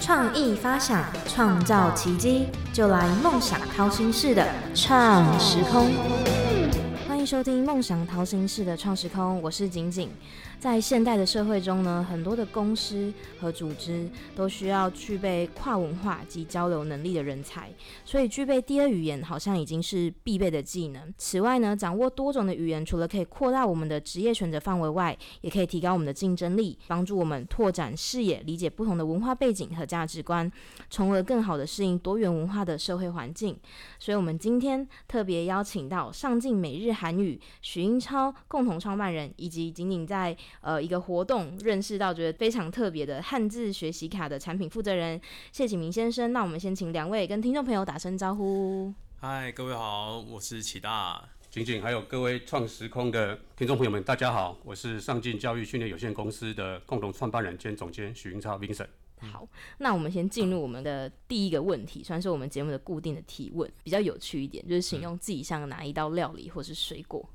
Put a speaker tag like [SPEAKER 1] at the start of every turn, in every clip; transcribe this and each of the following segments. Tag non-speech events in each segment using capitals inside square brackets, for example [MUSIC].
[SPEAKER 1] 创意发想，创造奇迹，就来梦想掏心室的创时空。欢迎收听《梦想掏心室》的创时空，我是景景。在现代的社会中呢，很多的公司和组织都需要具备跨文化及交流能力的人才，所以具备第二语言好像已经是必备的技能。此外呢，掌握多种的语言，除了可以扩大我们的职业选择范围外，也可以提高我们的竞争力，帮助我们拓展视野，理解不同的文化背景和价值观，从而更好的适应多元文化的社会环境。所以，我们今天特别邀请到上进每日韩语许英超共同创办人，以及仅仅在呃一个活动认识到觉得非常特别的汉字学习卡的产品负责人谢启明先生。那我们先请两位跟听众朋友打声招呼。
[SPEAKER 2] 嗨，各位好，我是启大。
[SPEAKER 3] 景景，还有各位创时空的听众朋友们，大家好，我是上进教育训练有限公司的共同创办人兼总监许英超 Vincent。
[SPEAKER 1] 好，那我们先进入我们的第一个问题，算是我们节目的固定的提问，比较有趣一点，就是请用自己像哪一道料理或是水果。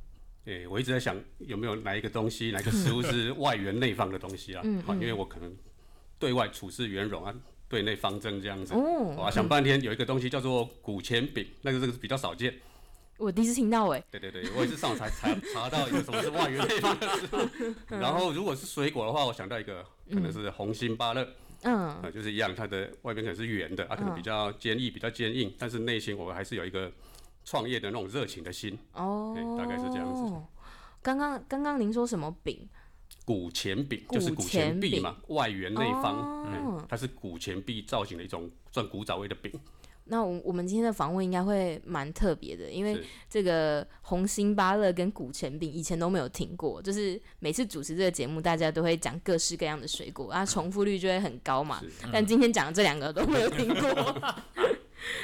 [SPEAKER 3] 诶、我一直在想有没有哪一个东西，哪个食物是外圆内方的东西啊？好，因为我可能对外处事圆融啊，对内方正这样子。
[SPEAKER 1] 哦，
[SPEAKER 3] 哇，想半天有一个东西叫做古钱饼，那个这个是比较少见。
[SPEAKER 1] 我第一次听到哎、
[SPEAKER 3] 对对对，我也是上网查查查到有什么是外圆内方的食物。然后如果是水果的话，我想到一个可能是红心芭乐。
[SPEAKER 1] 嗯，
[SPEAKER 3] 啊，就是一样，它的外边可能是圆的，啊，可能比较坚毅、比较坚硬，但是内心我还是有一个创业的那种热情的心。
[SPEAKER 1] 哦，
[SPEAKER 3] 对大概是这样子。
[SPEAKER 1] 刚刚刚刚您说什么饼？
[SPEAKER 3] 古钱饼就是
[SPEAKER 1] 古
[SPEAKER 3] 古
[SPEAKER 1] 钱
[SPEAKER 3] 钱
[SPEAKER 1] 饼
[SPEAKER 3] 币嘛，外圆内方，
[SPEAKER 1] 哦
[SPEAKER 3] 嗯，它是古钱币造型的一种算古早味的饼，
[SPEAKER 1] 那我我们今天的访问应该会蛮特别的，因为
[SPEAKER 3] 是
[SPEAKER 1] 这个红心芭乐跟古钱饼以前都没有听过，就是每次主持这个节目，大家都会讲各式各样的水果，啊，重复率就会很高嘛。但今天讲的这两个都没有听过。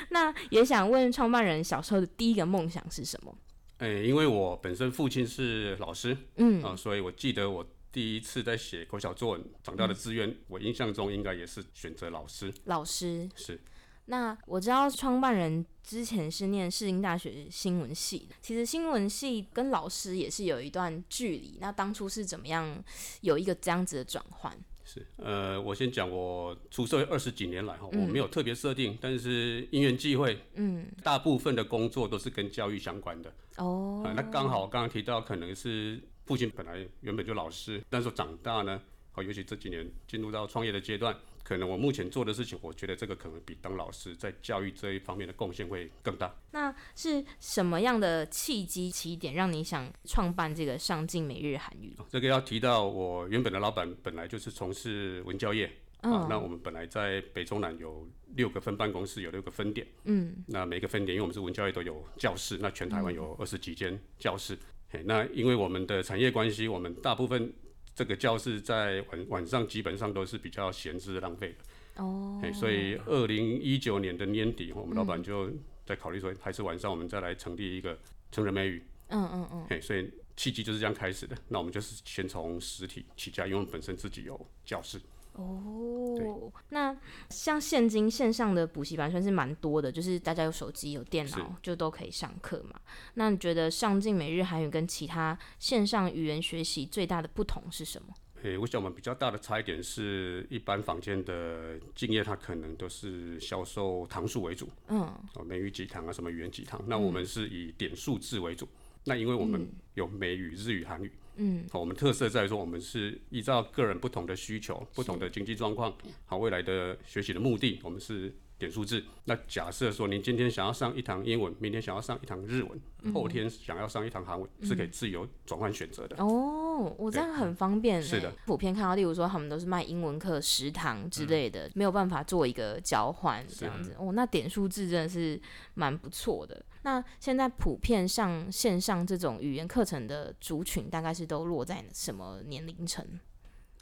[SPEAKER 1] 那也想问创办人小时候的第一个梦想是什么？
[SPEAKER 3] 诶、哎因为我本身父亲是老师，
[SPEAKER 1] 嗯
[SPEAKER 3] 啊，所以我记得我第一次在写国小作文，长
[SPEAKER 1] 嗯
[SPEAKER 3] 大的志愿，我印象中应该也是选择老师，
[SPEAKER 1] 老师。
[SPEAKER 3] 是
[SPEAKER 1] 那我知道创办人之前是念世新大学新闻系的，其实新闻系跟老师也是有一段距离。那当初是怎么样有一个这样子的转换？
[SPEAKER 3] 是，呃，我先讲我出社会二十几年来哈，我
[SPEAKER 1] 嗯
[SPEAKER 3] 没有特别设定，但是因缘际会，
[SPEAKER 1] 嗯，
[SPEAKER 3] 大部分的工作都是跟教育相关的。
[SPEAKER 1] 哦，
[SPEAKER 3] 啊，那刚好刚刚提到，可能是父亲本来原本就老师，但是我长大呢，哦，尤其这几年进入到创业的阶段，可能我目前做的事情，我觉得这个可能比当老师在教育这一方面的贡献会更大。
[SPEAKER 1] 那是什么样的契机起点让你想创办这个上进每日韩语？
[SPEAKER 3] 哦这个要提到我原本的老板本来就是从事文教业。
[SPEAKER 1] 嗯
[SPEAKER 3] 啊，那我们本来在北中南有六个分办公室，有六个分店。
[SPEAKER 1] 嗯，
[SPEAKER 3] 那每个分店，因为我们是文教业都有教室，那全台湾有二十几间教室。嘿，那因为我们的产业关系，我们大部分这个教室在晚晚上基本上都是比较闲置浪费的。
[SPEAKER 1] 哦，
[SPEAKER 3] 嘿，所以二零一九年的年底，我们老板就在考虑说，还是晚上我们再来成立一个成人美语。
[SPEAKER 1] 嗯嗯嗯，
[SPEAKER 3] 嘿，所以契机就是这样开始的。那我们就是先从实体起家，因为我们本身自己有教室。
[SPEAKER 1] 哦，那像现今线上的补习班算是蛮多的，就是大家有手机有电
[SPEAKER 3] 是
[SPEAKER 1] 脑就都可以上课嘛。那你觉得上进每日韩语跟其他线上语言学习最大的不同是什么？
[SPEAKER 3] 诶、我想我们比较大的差异点是，一般房间的敬业，它可能都是销售堂数为主，
[SPEAKER 1] 嗯，
[SPEAKER 3] 哦，美语几堂啊，什么语言几堂。那我们是以点数制为主。那因为我们有美语、日语、韩语，哦
[SPEAKER 1] 嗯，
[SPEAKER 3] 好，我们特色在于说，我们是依照个人不同的需求、不同的经济状况，好，未来的学习的目的，我们是点数制。那假设说您今天想要上一堂英文，明天想要上一堂日文，后天想要上一堂韩文，是可以自由转换选择的。
[SPEAKER 1] 哦，我这样很方便、欸。
[SPEAKER 3] 是的，嗯
[SPEAKER 1] 普遍看到，例如说他们都是卖英文课、食堂之类的，没有办法做一个交换这样子。哦，那点数制真的是蛮不错的。那现在普遍上线上这种语言课程的族群，大概是都落在什么年龄层？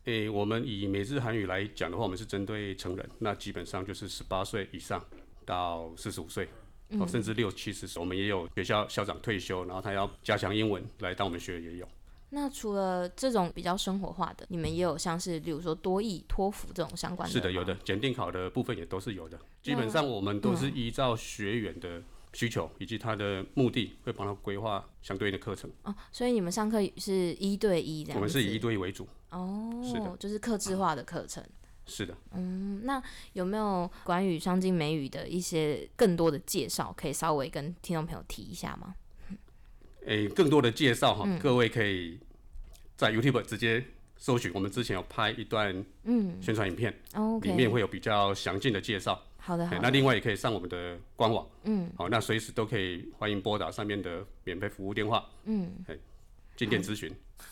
[SPEAKER 3] 诶、我们以美日韩语来讲的话，我们是针对成人，那基本上就是十八岁以上到四十五岁，
[SPEAKER 1] 嗯
[SPEAKER 3] 哦，甚至六七十岁。我们也有学校校长退休，然后他要加强英文来当我们学也有。
[SPEAKER 1] 那除了这种比较生活化的，你们也有像是例如说多益、托福这种相关的？
[SPEAKER 3] 是的，有的。检定考的部分也都是有的。基本上我们都是依照学员的需求以及他的目的，会帮他规划相对应的课程。
[SPEAKER 1] 哦，所以你们上课是一对一这样子？
[SPEAKER 3] 我们是以一对一为主，
[SPEAKER 1] 哦，
[SPEAKER 3] 是的
[SPEAKER 1] 就是客制化的课程。
[SPEAKER 3] 是的，
[SPEAKER 1] 嗯，那有没有关于商经美语的一些更多的介绍，可以稍微跟听众朋友提一下吗？
[SPEAKER 3] 诶，更多的介绍
[SPEAKER 1] 嗯
[SPEAKER 3] 哈，各位可以在 YouTube 直接搜寻，我们之前有拍一段
[SPEAKER 1] 嗯
[SPEAKER 3] 宣传影片，
[SPEAKER 1] ，OK，
[SPEAKER 3] 里面会有比较详尽的介绍。
[SPEAKER 1] 好的好
[SPEAKER 3] 诶
[SPEAKER 1] 的，
[SPEAKER 3] 那另外也可以上我们的官网，
[SPEAKER 1] 嗯
[SPEAKER 3] 好，那随时都可以欢迎拨打上面的免费服务电话
[SPEAKER 1] 嗯。
[SPEAKER 3] 进店咨询。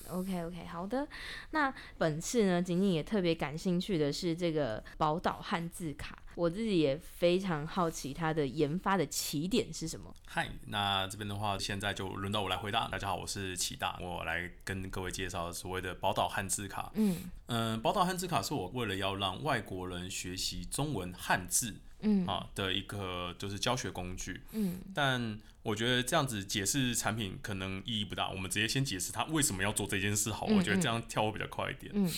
[SPEAKER 1] OK OK，好的。那本次呢，仅仅也特别感兴趣的是这个宝岛汉字卡，我自己也非常好奇它的研发的起点是什么。
[SPEAKER 2] 嗨，那这边的话，现在就轮到我来回答。大家好，我是齐大，我来跟各位介绍所谓的宝岛汉字卡。
[SPEAKER 1] 嗯
[SPEAKER 2] 嗯，宝岛汉字卡是我为了要让外国人学习中文汉字
[SPEAKER 1] 嗯
[SPEAKER 2] 啊的一个就是教学工具。
[SPEAKER 1] 嗯
[SPEAKER 2] 但我觉得这样子解释产品可能意义不大，我们直接先解释它为什么要做这件事好，
[SPEAKER 1] 嗯
[SPEAKER 2] 我觉得这样跳会比较快一点。
[SPEAKER 1] 嗯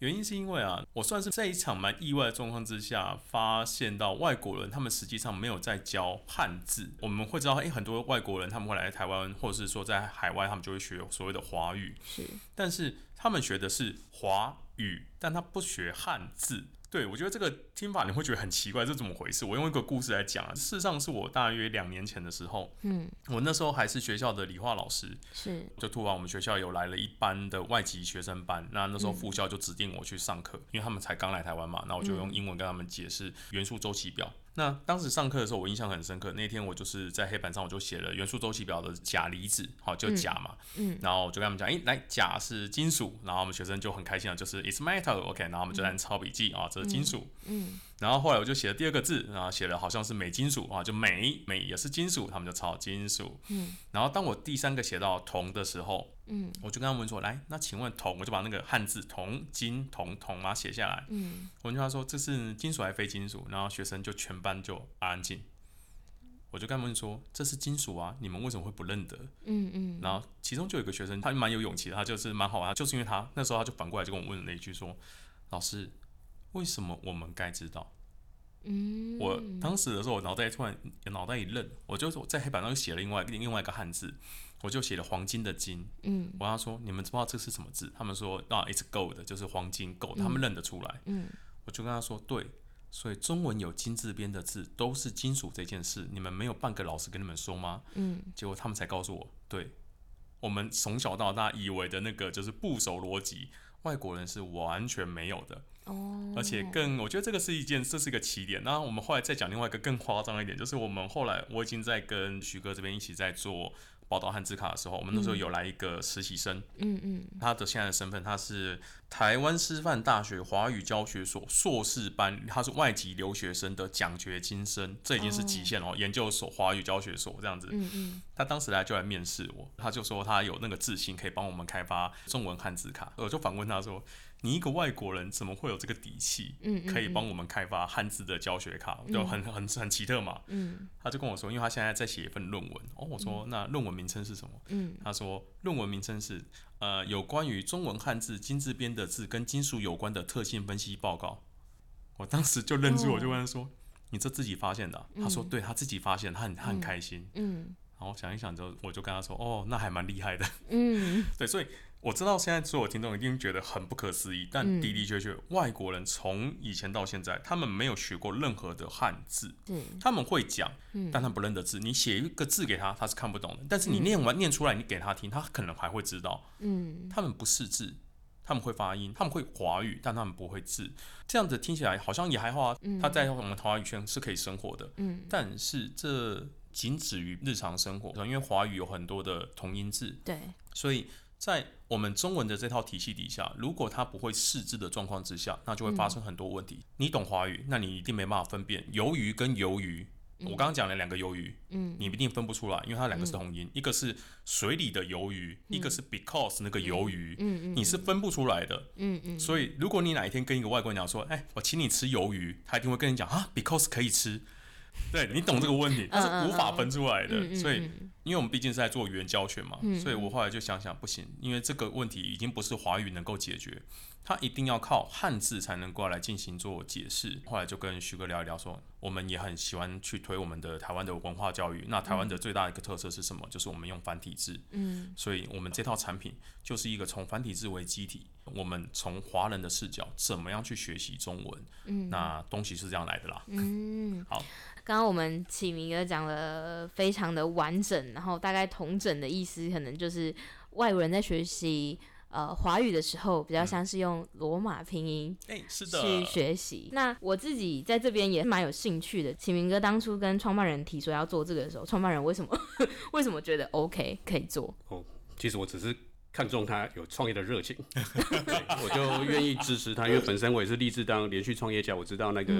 [SPEAKER 2] 原因是因为啊，我算是在一场蛮意外的状况之下，发现到外国人他们实际上没有在教汉字。我们会知道，诶、很多外国人他们会来台湾，或者是说在海外，他们就会学所谓的华语，
[SPEAKER 1] 是
[SPEAKER 2] 但是他们学的是华语，但他不学汉字。对，我觉得这个听法你会觉得很奇怪，这怎么回事？我用一个故事来讲啊，事实上是我大约两年前的时候，
[SPEAKER 1] 嗯
[SPEAKER 2] 我那时候还是学校的理化老师，
[SPEAKER 1] 是
[SPEAKER 2] 就突然我们学校有来了一班的外籍学生班，那那
[SPEAKER 1] 嗯
[SPEAKER 2] 时候副校就指定我去上课，因为他们才刚来台湾嘛，那我就
[SPEAKER 1] 嗯
[SPEAKER 2] 用英文跟他们解释元素周期表。那当时上课的时候，我印象很深刻。那天我就是在黑板上我就写了元素周期表的钾离子，好就钾嘛，
[SPEAKER 1] 嗯
[SPEAKER 2] 然后我就跟他们讲，诶，来钾是金属，然后我们学生就很开心啊，就是 it's metal，OK，、然后我们就在抄笔记啊，这是金属，
[SPEAKER 1] 嗯
[SPEAKER 2] 然后后来我就写了第二个字，然后写了好像是镁金属啊，就镁，镁也是金属，他们就抄金属。
[SPEAKER 1] 嗯。
[SPEAKER 2] 然后当我第三个写到铜的时候，
[SPEAKER 1] 嗯
[SPEAKER 2] 我就跟他们说，来，那请问铜，我就把那个汉字铜、金、铜、铜啊写下来。
[SPEAKER 1] 嗯
[SPEAKER 2] 我就跟他说这是金属还是非金属，然后学生就全班就安静。我就跟他们说这是金属啊，你们为什么会不认得？
[SPEAKER 1] 嗯嗯
[SPEAKER 2] 然后其中就有一个学生，他蛮有勇气的，他就是蛮好玩，就是因为他那时候他就反过来就跟我问了一句说，老师，为什么我们该知道？
[SPEAKER 1] 嗯，
[SPEAKER 2] 我当时的时候，我脑袋突然脑袋一愣，我就在黑板上又写了另外另外一个汉字，我就写了黄金的金。
[SPEAKER 1] 嗯
[SPEAKER 2] 我跟他说：“你们知不知道这是什么字？”他们说：“啊，it's gold，就是黄金 gold。”他们认得出来。
[SPEAKER 1] 嗯
[SPEAKER 2] 我就跟他说：“对，所以中文有金字边的字都是金属这件事，你们没有半个老师跟你们说吗？”
[SPEAKER 1] 嗯
[SPEAKER 2] 结果他们才告诉我，对我们从小到大以为的那个就是部首逻辑，外国人是完全没有的。
[SPEAKER 1] 哦，
[SPEAKER 2] 而且更，我觉得这个是一件，这是一个起点。那我们后来再讲另外一个更夸张一点，就是我们后来我已经在跟徐哥这边一起在做宝岛汉字卡的时候，我们那时候有来一个实习生，
[SPEAKER 1] 嗯嗯
[SPEAKER 2] 他的现在的身份他是台湾师范大学华语教学所硕士班，他是外籍留学生的奖学金生，这已经是极限了哦，研究所华语教学所这样子。
[SPEAKER 1] 嗯嗯
[SPEAKER 2] 他当时来就来面试我，他就说他有那个自信可以帮我们开发中文汉字卡。呃我就反问他说：“你一个外国人怎么会有这个底气，
[SPEAKER 1] 嗯嗯
[SPEAKER 2] 可以帮我们开发汉字的教学卡？就很很很奇特嘛。”
[SPEAKER 1] 嗯
[SPEAKER 2] 他就跟我说，因为他现在在写一份论文。哦，我说那论文名称是什么？
[SPEAKER 1] 嗯
[SPEAKER 2] 他说论文名称是呃有关于中文汉字金字边的字跟金属有关的特性分析报告。我当时就愣
[SPEAKER 1] 哦
[SPEAKER 2] 住，我就问他说：“你这自己发现的啊、他说：“对他自己发现，他很他很开心。
[SPEAKER 1] 嗯
[SPEAKER 2] 然后想一想之后，我就跟他说：“哦，那还蛮厉害的。 [LAUGHS]
[SPEAKER 1] 嗯，”
[SPEAKER 2] 对，所以我知道现在所有听众一定觉得很不可思议，但的的确确，外国人从以前到现在，他们没有学过任何的汉字，
[SPEAKER 1] 对，
[SPEAKER 2] 他们会讲
[SPEAKER 1] 嗯，
[SPEAKER 2] 但他不认得字。你写一个字给他，他是看不懂的。但是你念完、念出来，你给他听，他可能还会知道。
[SPEAKER 1] 嗯
[SPEAKER 2] 他们不识字，他们会发音，他们会华语，但他们不会字。这样子听起来好像也还好啊。他在我们华语圈是可以生活的，
[SPEAKER 1] 嗯，
[SPEAKER 2] 但是这仅止于日常生活，因为华语有很多的同音字，
[SPEAKER 1] 对，
[SPEAKER 2] 所以在我们中文的这套体系底下，如果他不会识字的状况之下，那就
[SPEAKER 1] 嗯
[SPEAKER 2] 会发生很多问题。你懂华语，那你一定没办法分辨鱿鱼跟鱿鱼。我刚刚讲了两个鱿鱼，
[SPEAKER 1] 嗯
[SPEAKER 2] 你一定分不出来，因为它两个是同音，一个是水里的鱿鱼，一个是 because 那个鱿鱼，
[SPEAKER 1] 嗯嗯嗯
[SPEAKER 2] 你是分不出来的。
[SPEAKER 1] 嗯嗯
[SPEAKER 2] 所以，如果你哪一天跟一个外国人讲说：“哎、我请你吃鱿鱼”，他一定会跟你讲啊，because 可以吃。对你懂这个问题，它是无法分出来的。
[SPEAKER 1] 嗯嗯嗯
[SPEAKER 2] 所以
[SPEAKER 1] 嗯
[SPEAKER 2] 因为我们毕竟是在做语言教学嘛，所以我后来就想想不行，因为这个问题已经不是华语能够解决，它一定要靠汉字才能够来进行做解释。后来就跟徐哥聊一聊说，我们也很喜欢去推我们的台湾的文化教育。那台湾的最大的一个特色是什么？就是我们用繁体字，
[SPEAKER 1] 嗯，
[SPEAKER 2] 所以我们这套产品就是一个从繁体字为基体，我们从华人的视角怎么样去学习中文，嗯，那东西是这样来的啦。
[SPEAKER 1] 嗯，
[SPEAKER 2] 好。
[SPEAKER 1] 刚刚我们启明哥讲的非常的完整，然后大概同整的意思，可能就是外国人在学习呃华语的时候，比较像是用罗马拼音
[SPEAKER 2] 哎、是的，嗯
[SPEAKER 1] 去学习。那我自己在这边也蛮有兴趣的。启明哥当初跟创办人提说要做这个的时候，创办人为什么 [LAUGHS] 为什么觉得 OK 可以做？
[SPEAKER 3] 其实我只是看中他有创业的
[SPEAKER 1] [LAUGHS]
[SPEAKER 3] 热情，对我就愿意支持他，因为本身我也是立志当连续创业家，我知道那个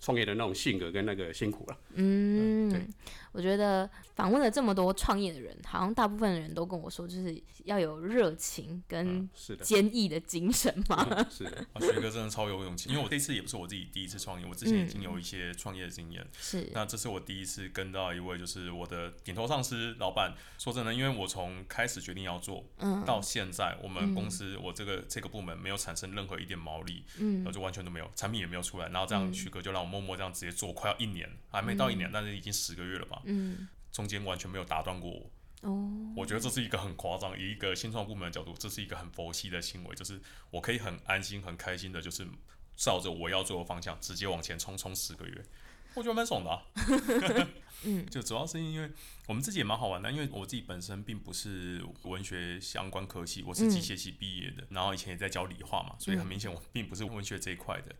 [SPEAKER 3] 创业的那种性格跟那个辛苦了。
[SPEAKER 1] 嗯
[SPEAKER 3] 对，
[SPEAKER 1] 我觉得访问了这么多创业的人，好像大部分人都跟我说，就是要有热情跟
[SPEAKER 3] 嗯，
[SPEAKER 1] [LAUGHS]
[SPEAKER 3] 是的，
[SPEAKER 1] 坚毅的精神嘛。
[SPEAKER 3] 是的，
[SPEAKER 2] 啊，学哥真的超有勇气，因为我这次也不是我自己第一次创业，我之前已经有一些创业的经验。
[SPEAKER 1] [LAUGHS] 是，
[SPEAKER 2] 那这是我第一次跟到一位就是我的顶头上司老板。说真的，因为我从开始决定要做，
[SPEAKER 1] 嗯
[SPEAKER 2] 到现在我们公司、我这个这个部门没有产生任何一点毛利，然后
[SPEAKER 1] 嗯
[SPEAKER 2] 就完全都没有，产品也没有出来。然后这样徐哥就让我默默这样直接做快要一年，还没到一年，但是已经十个月了吧，
[SPEAKER 1] 嗯，
[SPEAKER 2] 中间完全没有打断过我。
[SPEAKER 1] 哦，
[SPEAKER 2] 我觉得这是一个很夸张，以一个新创部门的角度，这是一个很佛系的行为，就是我可以很安心、很开心的，就是照着我要做的方向直接往前冲，冲十个月，我觉得蛮爽的、啊。
[SPEAKER 1] [LAUGHS]
[SPEAKER 2] [LAUGHS]
[SPEAKER 1] 嗯，
[SPEAKER 2] 就主要是因为我们自己也蛮好玩的，因为我自己本身并不是文学相关科系，我是机械系毕业的，
[SPEAKER 1] 嗯
[SPEAKER 2] 然后以前也在教理化嘛，所以很明显我并不是文学这一块的。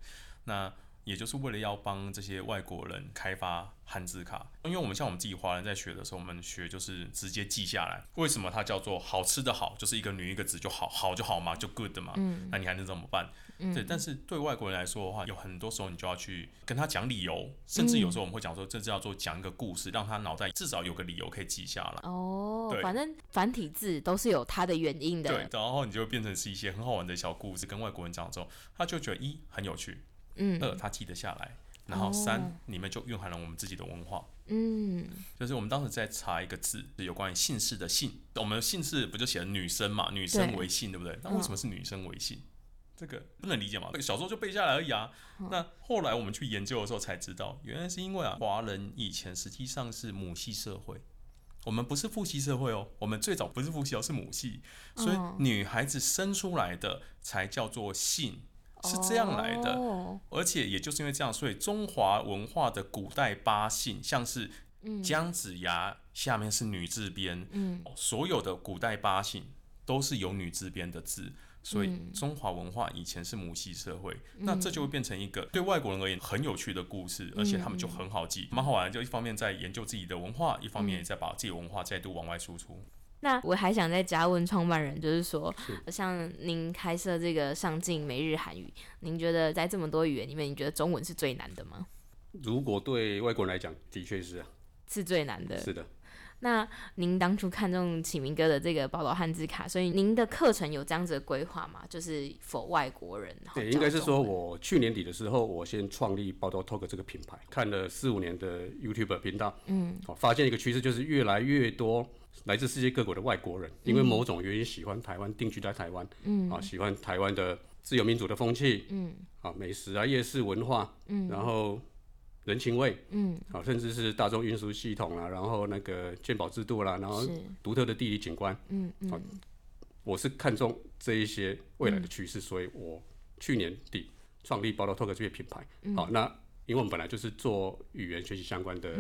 [SPEAKER 2] 那也就是为了要帮这些外国人开发汉字卡，因为我们像我们自己华人在学的时候，我们学就是直接记下来。为什么它叫做好吃的好，就是一个女一个子就好，好就好嘛，就 good 嘛。
[SPEAKER 1] 嗯
[SPEAKER 2] 那你还能怎么办？对，但是对外国人来说的话，有很多时候你就要去跟他讲理由，甚至有时候我们会讲说，这叫做讲一个故事，让他脑袋至少有个理由可以记下来。
[SPEAKER 1] 哦，
[SPEAKER 2] 对
[SPEAKER 1] 反正繁体字都是有它的原因
[SPEAKER 2] 对
[SPEAKER 1] 的，，
[SPEAKER 2] 然后你就会变成是一些很好玩的小故事，跟外国人讲之后，他就觉得一很有趣，
[SPEAKER 1] 嗯
[SPEAKER 2] 二他记得下来，然后
[SPEAKER 1] 哦
[SPEAKER 2] 三里面就蕴含了我们自己的文化。
[SPEAKER 1] 嗯
[SPEAKER 2] 就是我们当时在查一个字，是有关于姓氏的姓。我们姓氏不就写了女生嘛，女生
[SPEAKER 1] 对嗯
[SPEAKER 2] 为姓，对不对？那为什么是女生为姓？这个不能理解嘛？小时候就背下来而已啊。
[SPEAKER 1] 嗯
[SPEAKER 2] 那后来我们去研究的时候才知道，原来是因为啊，华人以前实际上是母系社会，我们不是父系社会哦，我们最早不是父系哦，是母系，所以
[SPEAKER 1] 哦
[SPEAKER 2] 女孩子生出来的才叫做姓，是这样来的。
[SPEAKER 1] 哦
[SPEAKER 2] 而且也就是因为这样，所以中华文化的古代八姓，像是姜子牙下面是女字边，
[SPEAKER 1] 嗯
[SPEAKER 2] 哦所有的古代八姓都是有女字边的字。所以
[SPEAKER 1] 嗯
[SPEAKER 2] 中华文化以前是母系社会，那这就会变成一个对外国人而言很有趣的故事，而且
[SPEAKER 1] 嗯
[SPEAKER 2] 他们就很好记，蛮好玩的。就一方面在研究自己的文化，一方
[SPEAKER 1] 嗯
[SPEAKER 2] 面也在把自己的文化再度往外输出。
[SPEAKER 1] 那我还想再加问创办人，就是说，像您开设这个上进每日韩语，您觉得在这么多语言里面，你觉得中文是最难的吗？
[SPEAKER 3] 如果对外国人来讲，的确是啊，
[SPEAKER 1] 是最难的。
[SPEAKER 3] 是的。
[SPEAKER 1] 那您当初看中启明哥的这个宝岛汉字卡，所以您的课程有这样子的规划吗？就是否外国人？然后
[SPEAKER 3] 对，
[SPEAKER 1] 教
[SPEAKER 3] 应该是
[SPEAKER 1] 中
[SPEAKER 3] 说，
[SPEAKER 1] 文
[SPEAKER 3] 我去年底的时候，我先创立报道 Talk 这个品牌，看了四五年的 YouTube 频道，嗯，我发现一个趋势，就是越来越多来自世界各国的外国人，因为某种原因喜欢台湾，定居在台湾，嗯，啊，喜欢台湾的自由民主的风气，嗯，啊，美食啊，夜市文化，嗯，然后人情味，嗯，啊，甚至是大众运输系统啊啦、然后那个健保制度啦、然后
[SPEAKER 1] 是
[SPEAKER 3] 独特的地理景观，
[SPEAKER 1] 嗯
[SPEAKER 3] 好我是看中这一些未来的趋势，所以我去年底创立包 o Talk 这个品牌。好、那因为我们本来就是做语言学习相关的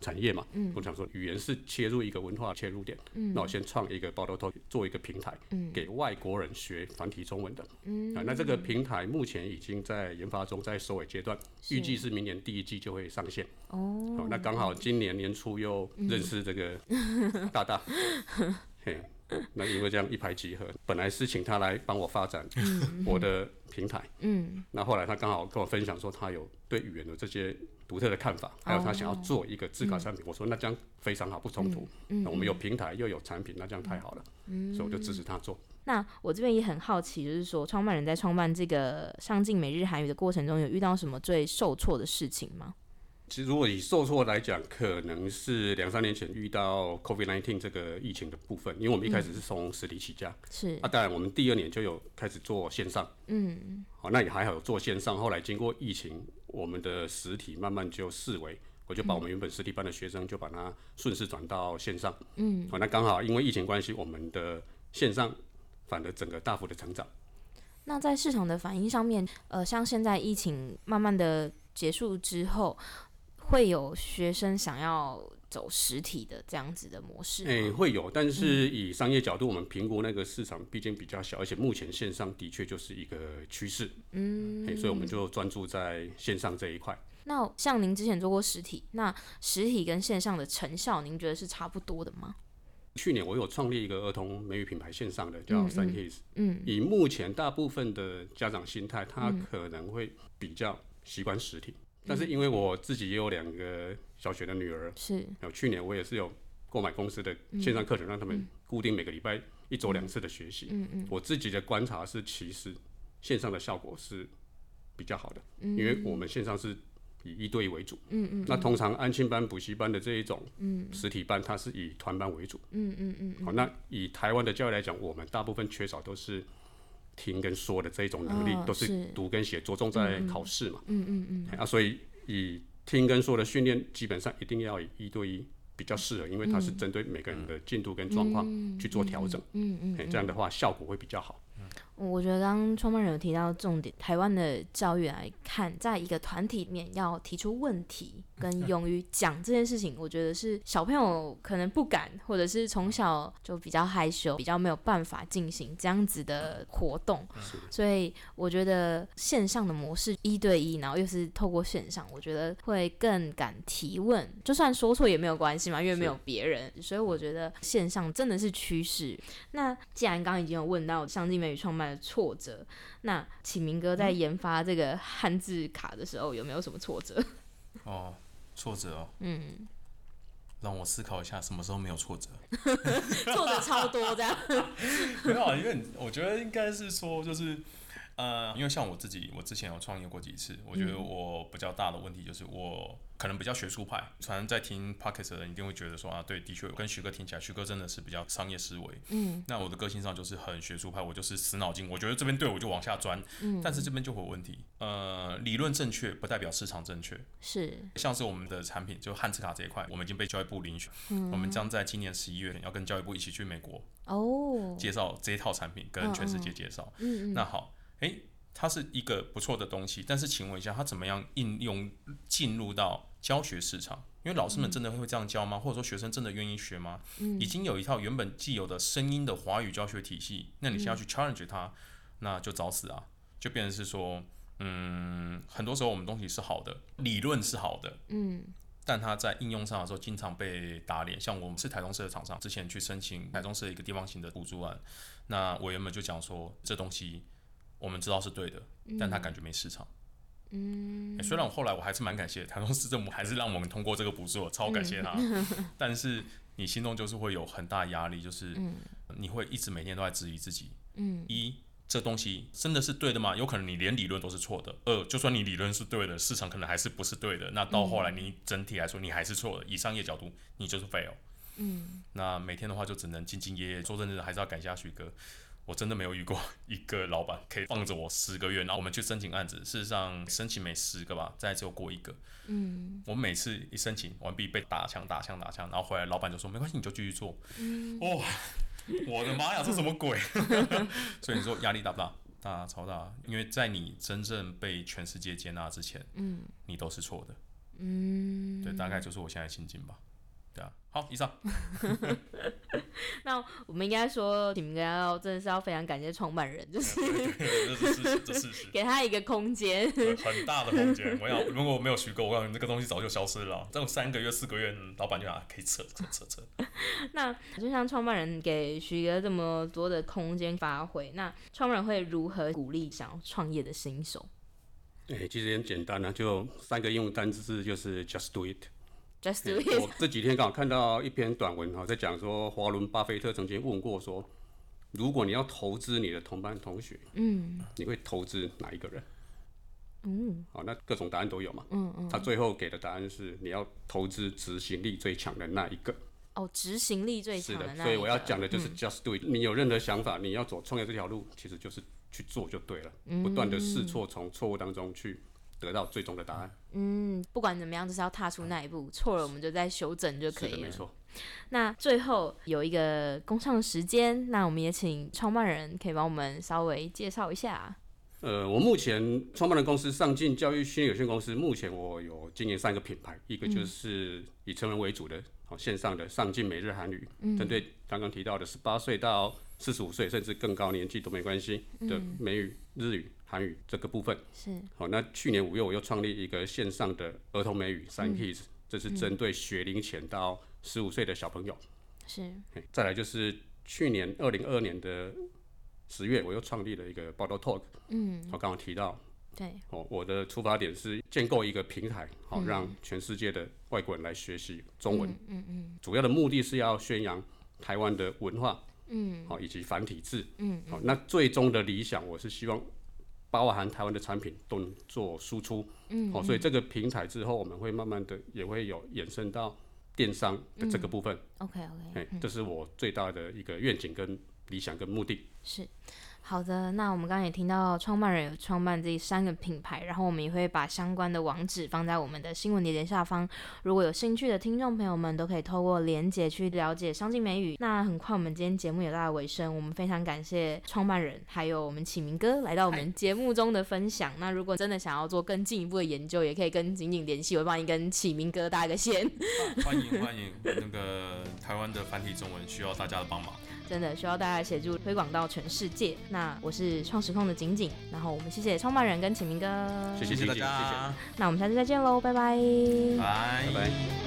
[SPEAKER 3] 产业嘛，我想说语言是切入一个文化切入点，
[SPEAKER 1] 嗯
[SPEAKER 3] 那我先创一个包 o Talk 做一个平台，给外国人学繁体中文的。
[SPEAKER 1] 嗯
[SPEAKER 3] 啊，那这个平台目前已经在研发中，在收尾阶段，预计是明年第一季就会上线。
[SPEAKER 1] 哦，
[SPEAKER 3] 好、那刚好今年年初又认识这个大大，嘿，那因为这样一拍即合，本来是请他来帮我发展我的平台，
[SPEAKER 1] 嗯
[SPEAKER 3] 那后来他刚好跟我分享说他有对语言的这些独特的看法，还有他想要做一个自考产品，我说那这样非常好，不冲突，
[SPEAKER 1] 嗯
[SPEAKER 3] 那我们有平台又有产品，那这样太好了，所以我就支持他做。
[SPEAKER 1] 那我这边也很好奇，就是说，创办人在创办这个上进每日韩语的过程中，有遇到什么最受挫的事情吗？
[SPEAKER 3] 其实如果以受挫来讲，可能是两三年前遇到 COVID-19 这个疫情的部分，因为我们一开始是从实体起家，
[SPEAKER 1] 是
[SPEAKER 3] 啊，当然我们第二年就有开始做线上，
[SPEAKER 1] 嗯
[SPEAKER 3] 好，那也还好有做线上。后来经过疫情，我们的实体慢慢就视为，我就把我们原本实体班的学生就把它顺势转到线上。哦
[SPEAKER 1] 嗯，
[SPEAKER 3] 好，那刚好因为疫情关系，我们的线上反而整个大幅的成长。
[SPEAKER 1] 那在市场的反应上面，呃，像现在疫情慢慢的结束之后，会有学生想要走实体的这样子的模式吗？
[SPEAKER 3] 诶、会有，但是以商业角度，我们评估那个市场毕竟比较小，而且目前线上的确就是一个趋势，
[SPEAKER 1] 嗯
[SPEAKER 3] 诶、，哎所以我们就专注在线上这一块。
[SPEAKER 1] 那像您之前做过实体，那实体跟线上的成效，您觉得是差不多的吗？
[SPEAKER 3] 去年我有创立一个儿童美语品牌线上的，叫
[SPEAKER 1] 嗯
[SPEAKER 3] 三
[SPEAKER 1] 嗯
[SPEAKER 3] Kids，
[SPEAKER 1] 嗯
[SPEAKER 3] 以目前大部分的家长心态，他
[SPEAKER 1] 嗯
[SPEAKER 3] 可能会比较习惯实体。但是因为我自己也有两个小学的女儿，
[SPEAKER 1] 是，
[SPEAKER 3] 然后去年我也是有购买公司的线上课程，让他们固定每个礼拜一周两次的学习。
[SPEAKER 1] 嗯嗯嗯
[SPEAKER 3] 我自己的观察是，其实线上的效果是比较好的，
[SPEAKER 1] 嗯，
[SPEAKER 3] 因为我们线上是以一对一为主。
[SPEAKER 1] 嗯嗯
[SPEAKER 3] 那通常安亲班、补习班的这一种
[SPEAKER 1] 嗯
[SPEAKER 3] 实体班，它是以团班为主。
[SPEAKER 1] 嗯嗯嗯嗯，
[SPEAKER 3] 好，那以台湾的教育来讲，我们大部分缺少都是听跟说的这一种能力，
[SPEAKER 1] 哦
[SPEAKER 3] 都
[SPEAKER 1] 是
[SPEAKER 3] 是读跟写，着重在考试嘛。
[SPEAKER 1] 嗯嗯嗯
[SPEAKER 3] 啊，所以以听跟说的训练，基本上一定要以一对一比较适合，因为它是针对每个人的进度跟状况去做调整。
[SPEAKER 1] 嗯嗯，
[SPEAKER 3] 哎，这样的话效果会比较好。
[SPEAKER 1] 我觉得刚刚创办人有提到重点，台湾的教育来看，在一个团体里面要提出问题跟勇于讲这件事情，我觉得是小朋友可能不敢，或者是从小就比较害羞，比较没有办法进行这样子的活动。所以我觉得线上的模式一对一，然后又是透过线上，我觉得会更敢提问，就算说错也没有关系嘛，因为没有别人。所以我觉得线上真的是趋势。那既然刚刚已经有问到相机美语创办的挫折，那启明哥在研发这个汉字卡的时候有没有什么挫折？ [LAUGHS]
[SPEAKER 2] 哦，挫折哦，
[SPEAKER 1] 嗯，
[SPEAKER 2] 让我思考一下什么时候没有挫折。
[SPEAKER 1] 挫折超多这样。
[SPEAKER 2] [LAUGHS] 没有啊，因为你我觉得应该是说，就是呃，因为像我自己，我之前有创业过几次，我觉得
[SPEAKER 1] 嗯
[SPEAKER 2] 我比较大的问题就是我可能比较学术派，常常在听 p o c k e t 的人一定会觉得说啊，对，的确我跟徐哥听起来，徐哥真的是比较商业思维。
[SPEAKER 1] 嗯
[SPEAKER 2] 那我的个性上就是很学术派，我就是死脑筋，我觉得这边对我就往下钻，
[SPEAKER 1] 嗯，
[SPEAKER 2] 但是这边就会有问题。呃，理论正确不代表市场正确，
[SPEAKER 1] [LAUGHS] 是
[SPEAKER 2] 像是我们的产品就汉字卡这一块，我们已经被教育部遴选，
[SPEAKER 1] 嗯
[SPEAKER 2] 我们将在今年十一月要跟教育部一起去美国
[SPEAKER 1] 哦，
[SPEAKER 2] 介绍这一套产品，跟全世界介绍。
[SPEAKER 1] 嗯嗯
[SPEAKER 2] 那好，诶、它是一个不错的东西，但是请问一下，它怎么样应用进入到教学市场？因为老师们真的会这样教
[SPEAKER 1] 嗯
[SPEAKER 2] 吗？或者说学生真的愿意学吗？已经有一套原本既有的声音的华语教学体系，那你现
[SPEAKER 1] 嗯
[SPEAKER 2] 在去 challenge 它，那就找死啊！就变成是说，嗯，很多时候我们东西是好的，理论是好的，
[SPEAKER 1] 嗯
[SPEAKER 2] 但它在应用上的时候经常被打脸。像我们是台中市的厂商，之前去申请台中市的一个地方型的补助案，那我原本就讲说这东西我们知道是对的，但它感觉没市场。
[SPEAKER 1] 嗯
[SPEAKER 2] 欸虽然我后来我还是蛮感谢台中市政府，还是让我们通过这个补助，我超感谢他。
[SPEAKER 1] 嗯
[SPEAKER 2] [LAUGHS] 但是你心中就是会有很大压力，就是你会一直每天都在质疑自己。
[SPEAKER 1] 嗯，
[SPEAKER 2] 一这东西真的是对的吗？有可能你连理论都是错的。二，就算你理论是对的，市场可能还是不是对的。那到后来
[SPEAKER 1] 嗯
[SPEAKER 2] 你整体来说你还是错的。以商业角度，你就是 fail。嗯，那每天的话就只能兢兢业业。说真的，还是要感谢许哥。我真的没有遇过一个老板可以放着我十个月，然后我们去申请案子。事实上，申请每十个吧，再只有过一个。嗯，我每次一申请完毕被打枪、打枪、打枪，然后回来老板就说没关系，你就继续做。哦，我的妈呀，这什么鬼？所以你说压力大不大？大，超大。因为在你真正被全世界接纳之前，
[SPEAKER 1] 嗯，
[SPEAKER 2] 你都是错的。
[SPEAKER 1] 嗯，
[SPEAKER 2] 对，大概就是我现在的心境吧。对啊，好，以上。 [LAUGHS]
[SPEAKER 1] 那我们应该说，启明哥要真的是要非常感谢创办人，就是
[SPEAKER 2] 对，这是事实，这是事实。
[SPEAKER 1] 给他一个空间。
[SPEAKER 2] 对很大的空间，我要如果我没有虚构，我感觉这个东西早就消失了。这种三个月、四个月，嗯老板就啊可以撤撤撤撤。
[SPEAKER 1] [LAUGHS] 那就像创办人给徐哥这么多的空间发挥，那创办人会如何鼓励想要创业的新手
[SPEAKER 3] 哎、其实很简单啊，就三个英文单字，就是 just do it。
[SPEAKER 1] ？Just do
[SPEAKER 3] 对
[SPEAKER 1] it。
[SPEAKER 3] 我这几天刚好看到一篇短文哦哈，在讲说华伦巴菲特曾经问过说，如果你要投资你的同班同学，
[SPEAKER 1] 嗯
[SPEAKER 3] 你会投资哪一个人？
[SPEAKER 1] 嗯
[SPEAKER 3] 好，那各种答案都有嘛。
[SPEAKER 1] 嗯嗯，
[SPEAKER 3] 他最后给的答案是你要投资执行力最强的那一个。
[SPEAKER 1] 哦，执行力最
[SPEAKER 3] 是
[SPEAKER 1] 强
[SPEAKER 3] 的，
[SPEAKER 1] 那
[SPEAKER 3] 所以我要
[SPEAKER 1] 一个嗯
[SPEAKER 3] 讲的就是 just do it。你有任何想法，你要走创业这条路，其实就是去做就对了，
[SPEAKER 1] 嗯
[SPEAKER 3] 不断的试错，从错误当中去得到最终的答案。
[SPEAKER 1] 嗯，不管怎么样，就是要踏出那一步，错了我们就再修正就可
[SPEAKER 3] 是的，
[SPEAKER 1] 以
[SPEAKER 3] 没
[SPEAKER 1] 了。
[SPEAKER 3] 错。
[SPEAKER 1] 那最后有一个公唱的时间，那我们也请创办人可以帮我们稍微介绍一下。
[SPEAKER 3] 呃，我目前创办的公司上进教育训练有限公司，目前我有经营三个品牌，一个就是以成人为主的，好、线上的上进每日韩语，针对刚刚提到的十八岁到四十五岁甚至更高年纪都没关系的美语、日语、韩语这个部分。
[SPEAKER 1] 是，
[SPEAKER 3] 好，那去年五月我又创立一个线上的儿童美语三 Kids，、这是针对学龄前到十五岁的小朋友。
[SPEAKER 1] 是，
[SPEAKER 3] 嘿再来就是去年二零二年的十月，我又创立了一个报道 Talk。
[SPEAKER 1] 嗯，
[SPEAKER 3] 我刚刚提到，
[SPEAKER 1] 对，
[SPEAKER 3] 哦，我的出发点是建构一个平台，好、
[SPEAKER 1] 嗯
[SPEAKER 3] 让全世界的外国人来学习中文。嗯嗯主要的目的是要宣扬台湾的文化，
[SPEAKER 1] 嗯，
[SPEAKER 3] 好、以及繁体字。
[SPEAKER 1] 嗯，
[SPEAKER 3] 好、那最终的理想，我是希望包含台湾的产品都能做输出。
[SPEAKER 1] 嗯，
[SPEAKER 3] 好、所以这个平台之后，我们会慢慢的也会有延伸到电商的
[SPEAKER 1] 嗯
[SPEAKER 3] 这个部分。
[SPEAKER 1] ，OK OK，
[SPEAKER 3] 哎、这是我最大的一个愿景跟理想跟目的。
[SPEAKER 1] 是。好的，那我们刚刚也听到创办人有创办这三个品牌，然后我们也会把相关的网址放在我们的新闻连接下方。如果有兴趣的听众朋友们，都可以透过连接去了解商进美语。那很快我们今天节目也到了尾声，我们非常感谢创办人还有我们启明哥来到我们节目中的分享。那如果真的想要做更进一步的研究，也可以跟景景联系，我帮你跟启明哥搭个线。
[SPEAKER 2] [LAUGHS] 欢迎欢迎，那个台湾的繁体中文需要大家的帮忙。
[SPEAKER 1] 真的需要大家的协助推广到全世界。那我是创时空的景景，然后我们谢谢创办人跟启明哥，
[SPEAKER 3] 谢
[SPEAKER 2] 谢谢大
[SPEAKER 3] 谢谢
[SPEAKER 2] 家，
[SPEAKER 1] 那我们下次再见喽，拜拜
[SPEAKER 2] 拜
[SPEAKER 3] 拜拜。